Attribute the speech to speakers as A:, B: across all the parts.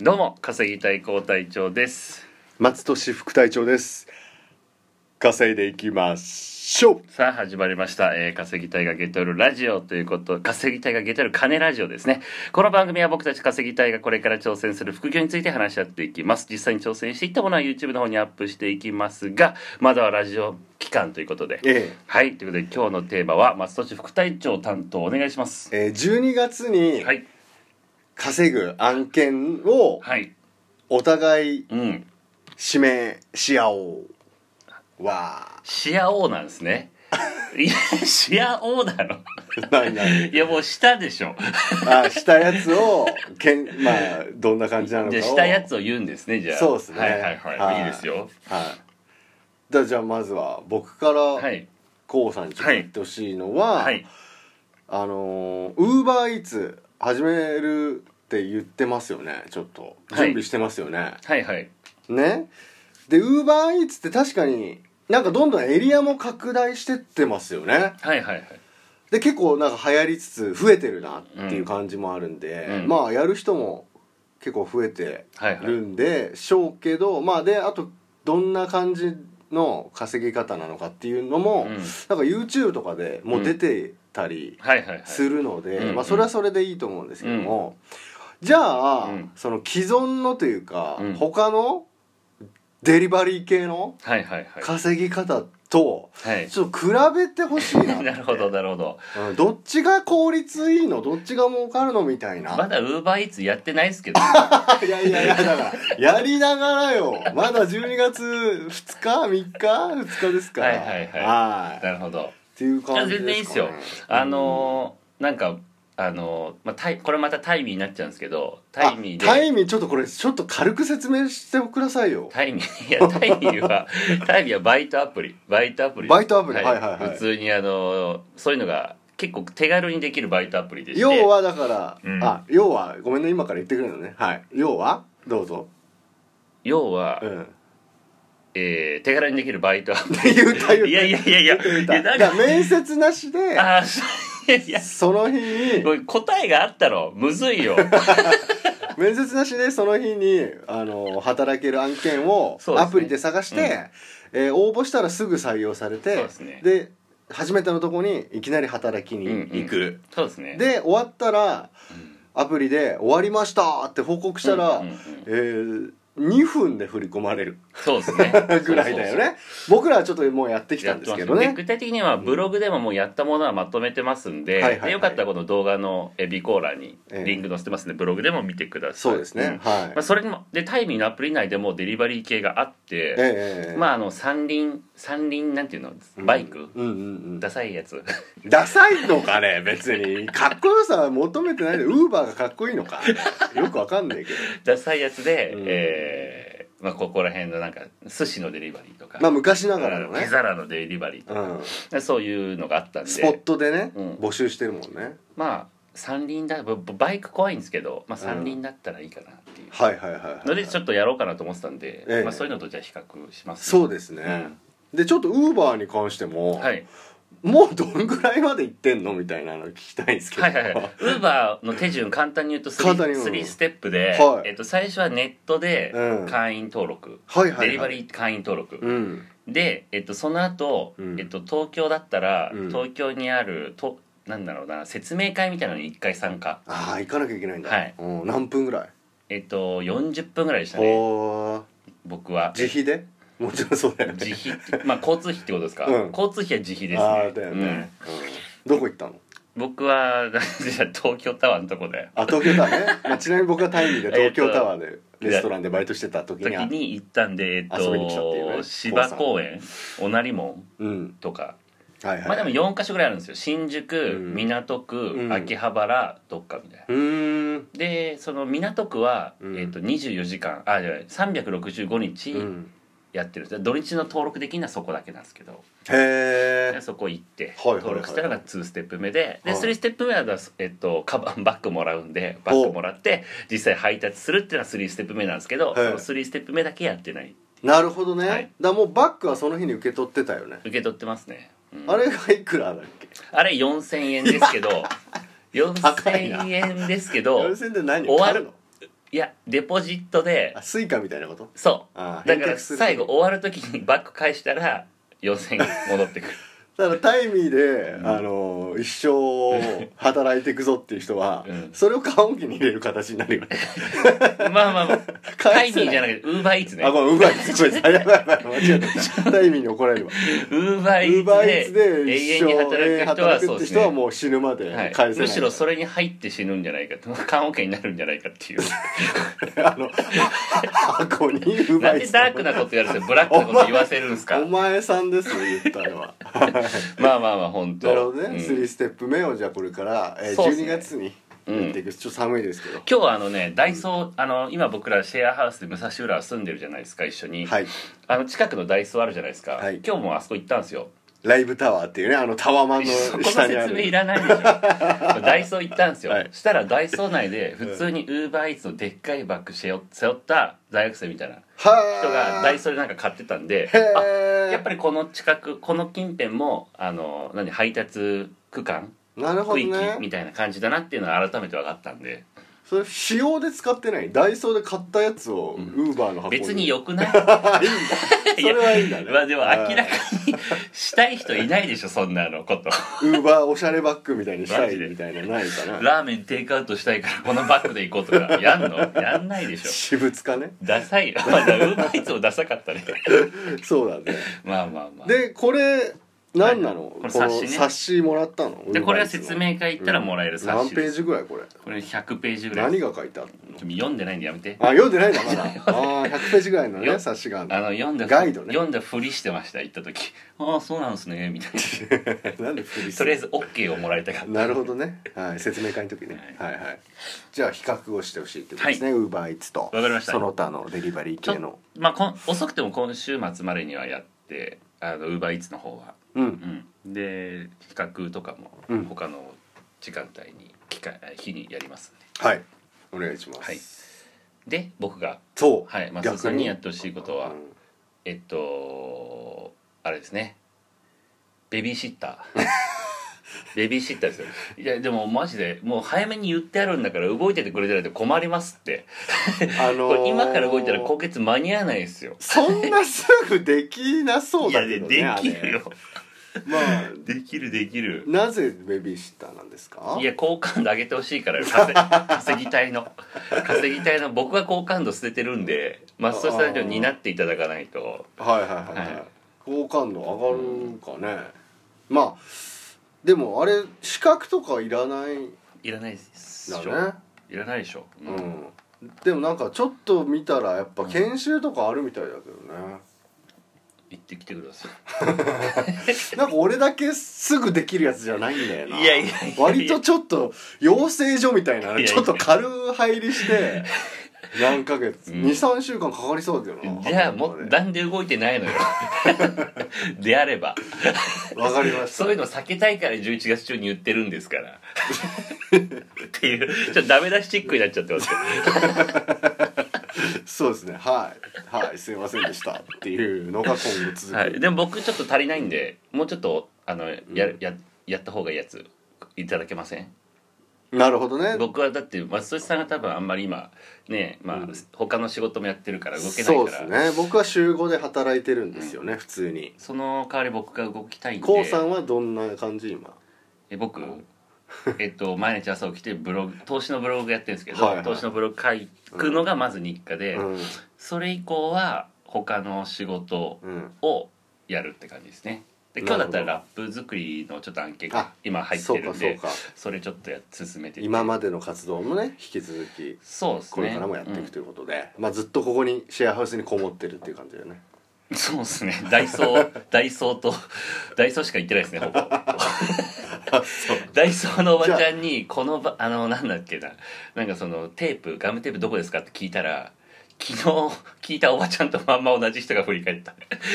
A: どうも稼ぎたい高隊長です
B: 松戸市副隊長です稼いでいきましょう
A: さあ始まりました、えー稼ぎたいがゲットるラジオということ稼ぎたいがゲットる金ラジオですねこの番組は僕たち稼ぎたいがこれから挑戦する副業について話し合っていきます実際に挑戦していったものは YouTube の方にアップしていきますがまだはラジオ期間ということで
B: え
A: はいということで今日のテーマは松戸市副隊長担当お願いします
B: ええー12月に
A: はい
B: 稼ぐ案件を
A: はい
B: お互い
A: うん
B: 指名し合おう わ
A: シアオーなんですねいやシアオーなの
B: ー何何
A: いやもうしたでしょ
B: あしたやつをけんまあどんな感じなのか
A: じ
B: を
A: ゃあしたやつを言うんですねじゃあ
B: そうですね
A: はいはいはい、、
B: はいい
A: いですよ
B: はいだじゃあまずは僕から、
A: はい
B: こうさんちょっと言ってほしいのは、
A: はい
B: あのウーバーイーツ始めるって言ってますよねちょっと
A: はい
B: 準備してますよね、
A: はいはい
B: ねでウーバーイーツって確かになんかどんどんエリアも拡大してってますよね
A: はいはいはい
B: で結構なんか流行りつつ増えてるなっていう感じもあるんで、
A: うん
B: まあやる人も結構増えて
A: はいはい
B: るんでしょうけど、まあであとどんな感じの稼ぎ方なのかっていうのも、
A: うん
B: なんか YouTube とかでもう出てたり、
A: はいはいはい
B: するので、
A: うん
B: まあ、それはそれでいいと思うんですけども、じゃあ、
A: うん
B: その既存のというか、
A: うん
B: 他のデリバリー系の
A: はいはいはい
B: 稼ぎ方と
A: はい
B: ちょっと比べてほしいな
A: なるほどなるほど
B: うんどっちが効率いいのどっちが儲かるのみたい
A: ま
B: な
A: だウーバーイーツやってないですけど
B: いやいやいやだからやりながらよまだ12月2日3日2日ですから
A: はいはいはい
B: はい
A: なるほど
B: っていう感じ
A: 全然いいっ
B: です
A: す
B: か、ね
A: よ、あのーなんかあのーまあ、タイこれまたタイミーになっちゃうんですけどタイミーで
B: あタイミーちょっとこれちょっと軽く説明してくださいよ
A: タイミーいやタイミー はタイミーはバイトアプリバイトアプリ
B: バイトアプリはいはいはい
A: 普通にあのーそういうのが結構手軽にできるバイトアプリでして
B: 要はだから、
A: うん
B: あ要はごめんね今から言ってくれるのねはい要はどうぞ
A: 要は、
B: うん
A: えー手軽にできるバイトアプ
B: 言った言った
A: リいやいやいやいや
B: 言
A: い
B: った
A: や
B: だか
A: なん
B: ら
A: か
B: 面接なしで
A: あーそういやいや
B: その日に
A: これ答えがあったろむずいよ
B: 面接なしでその日にあの働ける案件を
A: そうですね
B: アプリで探して、えー応募したらすぐ採用され
A: そう
B: て
A: ですね
B: で初めてのとこにいきなり働きに行く、
A: そうですね
B: で終わったらアプリで「終わりました!」って報告したら、
A: うんうんうん
B: えー2分で振り込まれる
A: そうですね
B: ぐらいだよね僕らはちょっともうやってきたんです
A: や
B: けど
A: ってます
B: ね
A: で具体的にはブログでももうやったものはまとめてますんで,、
B: はいはいはい
A: でよかったらこの動画のえ備考欄に
B: ええ
A: リンク載せてますんで、ブログでも見てください
B: そうですね、
A: ん
B: はい、
A: まあ、それにもでタイミーのアプリ内でもデリバリー系があって、
B: ええ
A: まああの三輪三輪なんていうのバイク、
B: うんうん
A: ダサいやつ
B: うん、ダサいのかね別にかっこよさは求めてないでウーバーがかっこいいのかよくわかんないけど
A: ダサいやつで、
B: うん
A: えーまあ、ここら辺のなんか寿司のデリバリーとか、
B: まあ昔ながらの
A: うんピ
B: ね、
A: ザラのデリバリーと
B: う
A: か、
B: ん、
A: そういうのがあったん
B: スポッ
A: で
B: トでね、
A: うん
B: 募集してるもんね
A: まあ三輪だババイク怖いんですけど、まあ、三輪だったらいいかなっていう
B: はいはいはいはい、はい、
A: のでちょっとやろうかなと思ってたんで、
B: ええ
A: まあ、そういうのとじゃあ比較します
B: そうですね、でちょっとウーバーに関しても、
A: はい、
B: もうどんぐらいまで行ってんのみたいなの聞きたいんですけど、
A: はいはいはいウーバーの手順簡単に言うと
B: 簡単に
A: 3,
B: うん
A: ステップで、
B: はい
A: えっと、最初はネットで
B: うん
A: 会員登録、
B: はいはいはい
A: デリバリー会員登録、
B: うん
A: で、えっと、その後、
B: うん
A: えっと東京だったら、
B: うん
A: 東京にあるとなんだろうな説明会みたいなのに1回参加
B: ああ行かなきゃいけないんだ、
A: はい
B: うん何分ぐらい
A: えっと40分ぐらいでしたね
B: おー
A: 僕は
B: 自費でもちろんそうだよね
A: 自費ってまあ交通費ってことですか、
B: うん
A: 交通費は自費ですね
B: ああだよね、うんどこ行ったの
A: うん僕はじゃあ東京タワーのとこで
B: あ東京タワーね、 まあ、ちなみに僕はタイミーで東京タワーでレストランでバイトしてた時
A: 時
B: には
A: に行ったんで、えっと、
B: 遊びに来たっていうね
A: 芝公園おなり門
B: うん
A: とか、
B: はいはい、
A: まあでも4か所ぐらいあるんですよ新宿、
B: うん
A: 港区、
B: うん
A: 秋葉原どっかみたいな
B: うーん
A: でその港区は、
B: うん
A: えっと24時間あじゃない365日
B: うん
A: やってるんです、土日の登録できるのはそこだけなんですけど
B: へえ
A: そこ行って
B: はいはいはい
A: 登録したのが2ステップ目でで
B: はい
A: 3ステップ目は、えっと、カバンバッグもらうんでバッグもらって実際配達するっていうのは3ステップ目なんですけど
B: い
A: その3ステップ目だけやってない
B: なるほどね、
A: はい
B: だからもうバッグはその日に受け取ってたよね、
A: 受け取ってますね、うん
B: あれがいくらだっけ
A: あれ4000円ですけど
B: 高いな
A: 4000円ですけど
B: 4000で何
A: 終わ
B: 買う
A: る
B: の
A: いいやデポジットで
B: あスイカみたいなこと
A: そ
B: あ
A: うだか
B: 返却
A: ら
B: する
A: 最後終わる時にバック返したら4000円戻ってくる
B: だからタイミーで、
A: うん
B: あの一生働いていくぞっていう人は、
A: うん
B: それを缶置きに入れる形になるよね
A: まあまあ、まあ、タイ
B: 返
A: ミ
B: せ
A: ー
B: ない
A: じゃなくてウーバーイーツね
B: あごめんウーバーイーツごめんなさいやばいやばい間違えたタイミーに怒られるわ
A: ウーバ
B: ウ
A: ーイ
B: ーバーイ
A: ー
B: ーツ
A: ツ
B: で
A: で
B: 一
A: 永遠
B: 生
A: に働く人は
B: 働
A: そ
B: く
A: う
B: っ
A: で
B: て
A: す
B: 人は
A: ね
B: もう死ぬまで
A: はい
B: 返せない、
A: むしろそれに入って死ぬんじゃないかと 棺桶になるんじゃないかって いう
B: あの箱にウー
A: な
B: バ
A: ん
B: ーイー
A: で
B: ツ
A: ダークなことやるんですよブラック なこと言わせるんですか
B: お前さんですよ言ったのは
A: まあまあまあ本当
B: なるほどね、
A: うん
B: スリーステップ目をじゃあこれから、えー
A: そうっす
B: 12
A: ね
B: 月にやっていく、ちょっと寒いですけど
A: 今日はあのねダイソー、あの今僕らシェアハウスで武蔵浦住んでるじゃないですか一緒に、
B: はい
A: あの近くのダイソーあるじゃないですか、
B: はい
A: 今日もあそこ行ったんですよ
B: ライブタワーっていうねあのタワマンの
A: そこの
B: 下にあ
A: 説明い
B: る
A: らない でしょダイソー行ったんですよ、
B: はい
A: したらダイソー内で普通にウーバーイーツのでっかいバッグ背負背負った大学生みたいな
B: は
A: 人がダイソーでなんか買ってたんで
B: へ
A: あ
B: ー
A: やっぱりこの近くこの近辺もあの何配達区間
B: なるほ
A: 区域
B: どね
A: みたいな感じだなっていうのは改めて分かったんで
B: それ仕様で使ってないダイソーで買ったやつをウ
A: ん
B: ーバーの箱に
A: 別に良く ない
B: それはいいんだね
A: まあでも明らかにしたい人いないでしょそんなのこと
B: ウーバーおしゃれバッグみたいにした
A: マ
B: い
A: ジで
B: みたいなのないかな
A: ラーメンテイクアウトしたいからこのバッグで行こうとかやんのやんないでしょ
B: 私物化ね
A: ダサいよ まだウーバーイーツもダサかったね
B: そうだね
A: まあまあまあで
B: でこれ何なの、
A: これ
B: この
A: 冊子ね
B: 冊子もらったの
A: これは説明会行ったらもらえる冊
B: 何
A: 子
B: ペ
A: で
B: ー
A: す
B: ジぐらいこれ
A: これ100ページぐらい
B: 何が書いてあるの
A: 読んでないんでやめて
B: あ読んでないんだまだあー100ページぐらいのね
A: よ
B: 冊子がある
A: あの読んだ
B: ガイドね
A: 読んだふりしてました行った 時ああそうなんですねみたいな
B: のなんで振りす
A: と
B: る
A: りあえず OK をもらいたかった
B: なるほどね、はい、説明会の時ね、はい、はいじゃあ比較をしてほしいってことですね、ウーバーイーツ
A: わ
B: と
A: かりました
B: その他のデリバリー
A: ちょ
B: 系の
A: まあこん遅くても今週末までにはやってあのウーバーイーツの方は
B: うん
A: うん、で比較とか
B: う
A: も
B: ん
A: 他の時間帯に機会日にやりますん
B: はいお願いします、
A: はいでで僕が、
B: そう、
A: はい、松田
B: 逆
A: さんにやってほしいことは、
B: うん
A: えっとあれですねベビーシッタ ーベビーシッターですよいやでもマジでもう早めに言ってあるんだから動いててくれてないと困りますって
B: あの
A: こ
B: ー
A: れ今から動いたら今月間に合わないですよ
B: そんなすぐできなそうだけどね
A: いやでできるよ
B: あれまあ
A: できるできる
B: なぜベビーシッターなんですか
A: いや好感度上げてほしいからよ稼稼ぎたいの稼ぎたいの僕は好感度捨ててるんでマストスタジオに担っていただかないと
B: はいはいはい、はい
A: はい
B: 好感度上がるかね、まあでもあれ資格とかいらないん
A: いらないです
B: だ
A: しょ、
B: ね
A: いらないでしょ、う
B: うんん、でもなんかちょっと見たらやっぱ研修とかあるみたいだけどね、
A: 行ってきてください
B: なんか俺だけすぐできるやつじゃないんだよない
A: やいやいやいや
B: 割とちょっと養成所みたいない
A: やいや
B: ちょっと軽入りして 何ヶ月、
A: うん
B: 23週間かかりそうだけどな
A: じゃあもう
B: う
A: なんで動いてないのよ であれば
B: わかりました
A: そういうの避けたいから11月中に言ってるんですからっていうちょっとダメ出しチックになっちゃってますけど
B: そうですねはいはいすいませんでしたっていうのが今後続く、
A: はい、でも僕ちょっと足りないんでもうちょっとあのや,、ややった方がいいやついただけません
B: なるほどね
A: 僕はだって松吉さんが多分あんまり今ねまあ、
B: うん
A: 他の仕事もやってるから動けな
B: そう
A: い
B: で
A: から
B: すね僕は週5で働いてるんですよね、普通に
A: その代わり僕が動きたいんで
B: こうさんはどんな感じ今
A: え僕えっ と毎日朝起きてブログ投資のブログやってるんですけど、
B: はいはい
A: 投資のブログ書くのがまず日課で、
B: うん
A: それ以降は他の仕事
B: うん
A: をやるって感じですねで今日だったら
B: なる
A: ラップ作りのちょっと案件
B: あ
A: が今入って
B: そう
A: る
B: か
A: ん
B: そう
A: で
B: か
A: それちょっとや進めてて
B: 今までの活動もね引き続き
A: そうですね
B: これからもやっていく
A: と、
B: ということで、まあずっとここにシェアハウスにこもってるっていう感じだよね
A: うんそうですねダイソーダイソーとダイソーしか行ってないですねほぼダイソーのおばちゃんにこのばあのなんだっけななんかそのテープガムテープどこですかって聞いたら昨日聞いたおばちゃんとまんま同じ人が振り返った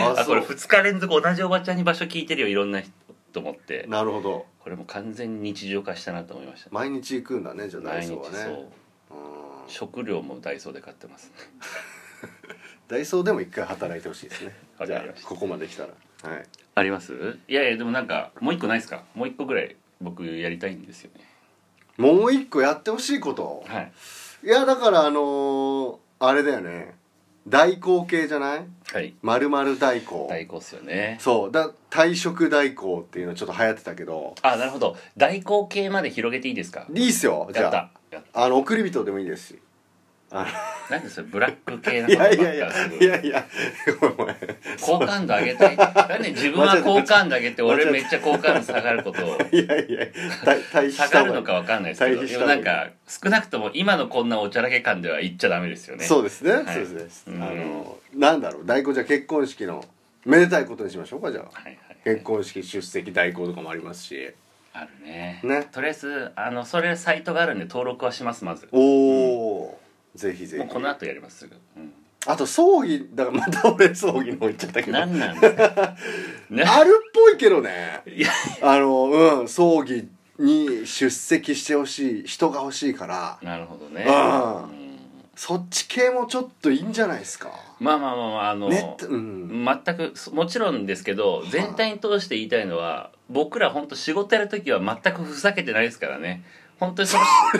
A: あ
B: あ
A: こ
B: そ
A: れ
B: う
A: 2日連続同じおばちゃんに場所聞いてるよいろんな人と思って
B: なるほど
A: これも完全に日常化したなと思いました
B: 毎日行くんだねじゃあダイ
A: 毎日
B: ソーは
A: そ
B: ね
A: う
B: うん
A: 食料もダイソーで買ってます
B: ダイソーでも一回働いてほしいですね
A: わ
B: じ
A: か
B: ゃ
A: りました
B: あここまで来たらはい
A: ありますいやいやでもなんかもう一個ないですかもう一個ぐらい僕やりたいんですよね
B: もう一個やってほしいこと
A: はい
B: いやだからあのーあれだよね代行系じゃない
A: はい
B: 丸々代行
A: 代行っすよね
B: そうだ退職代行っていうのちょっと流行ってたけど
A: あなるほど代行系まで広げていいですか
B: いいっすよじ
A: やっ
B: ゃ
A: たやっ
B: ああの送り人でもいいですし
A: たなんでそれブラック系ないことばっ
B: や
A: か
B: いやいやいやいやお前
A: 好感度上げたいなんで自分は好感度上げて
B: 間違え
A: 俺
B: た
A: めっちゃ好感度下がること を
B: いやいや退退
A: 下
B: 職し
A: が
B: た
A: る
B: 方
A: のか
B: が
A: わかんないですけど
B: 退避
A: で
B: し
A: も
B: た
A: な
B: 方がい
A: ん
B: い
A: か少なくとも今のこんなおちゃらけ感では言っちゃダメですよね
B: そうですね、
A: い
B: そうですね、
A: うん
B: あのなんだろう代行じゃあ結婚式のめでたいことにしましょうかじゃあ
A: はいはい
B: 結婚式出席代行とかもありますし
A: あるね
B: ね
A: とりあえずあのそれサイトがあるんで登録はしますまずも
B: おお、ぜひぜ
A: う
B: ひ
A: この後やりますすぐ、う
B: あと葬儀だからまた俺葬儀の方行っちゃったけ
A: ん、
B: どあ
A: 何なんですか ね
B: るっぽいけどね
A: いや
B: あのうん葬儀に出席してほしい人が欲しいから
A: なるほどね
B: ああ
A: うん
B: そっち系もちょっといいんじゃないですか
A: まあまあまあまああの、
B: ねっうん
A: 全くそもちろんですけど全体に通して言いたいのは僕ら本当仕事やる時は全くふざけてないですからね本当にそ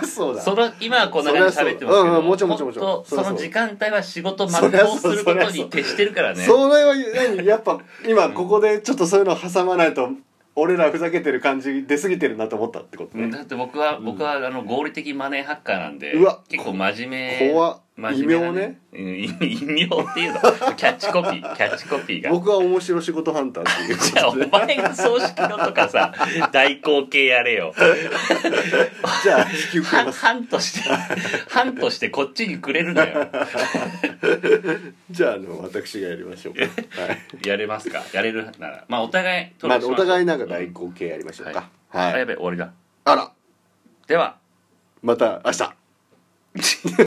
A: の
B: そうだ
A: その今はこんな感じで喋ってますけ
B: そりゃそうだうん
A: ど
B: うんもちろんもちろんもちろん
A: 本当
B: そり
A: そ
B: ゃそう
A: の時間帯は仕事全うすることに徹してるからね
B: それは何やっぱ今ここでちょっとそういうの挟まないと俺らふざけてる感じ出過ぎてるなと思ったってこと
A: うん
B: ね
A: だって僕は、僕はあの合理的マネーハッカーなんで
B: うわ
A: 結構真面目
B: 怖っ
A: 真面目なうん異名っていうのキャッチコピーキャッチコピーが
B: 僕は面白仕事ハンターって いう
A: じゃあお前が葬式のとか さ代行系やれよ
B: じゃあ引き受け
A: 半
B: ます
A: 半として 半としてこっちにくれるなよ
B: じゃああの私がやりま しょうかはい
A: やれますかやれるならまあお互い
B: まあ、お互いなんか
A: 代
B: 代
A: 行
B: 行系やりましょうか、
A: あ
B: はい
A: やべ終わりだ
B: あら
A: では
B: また明日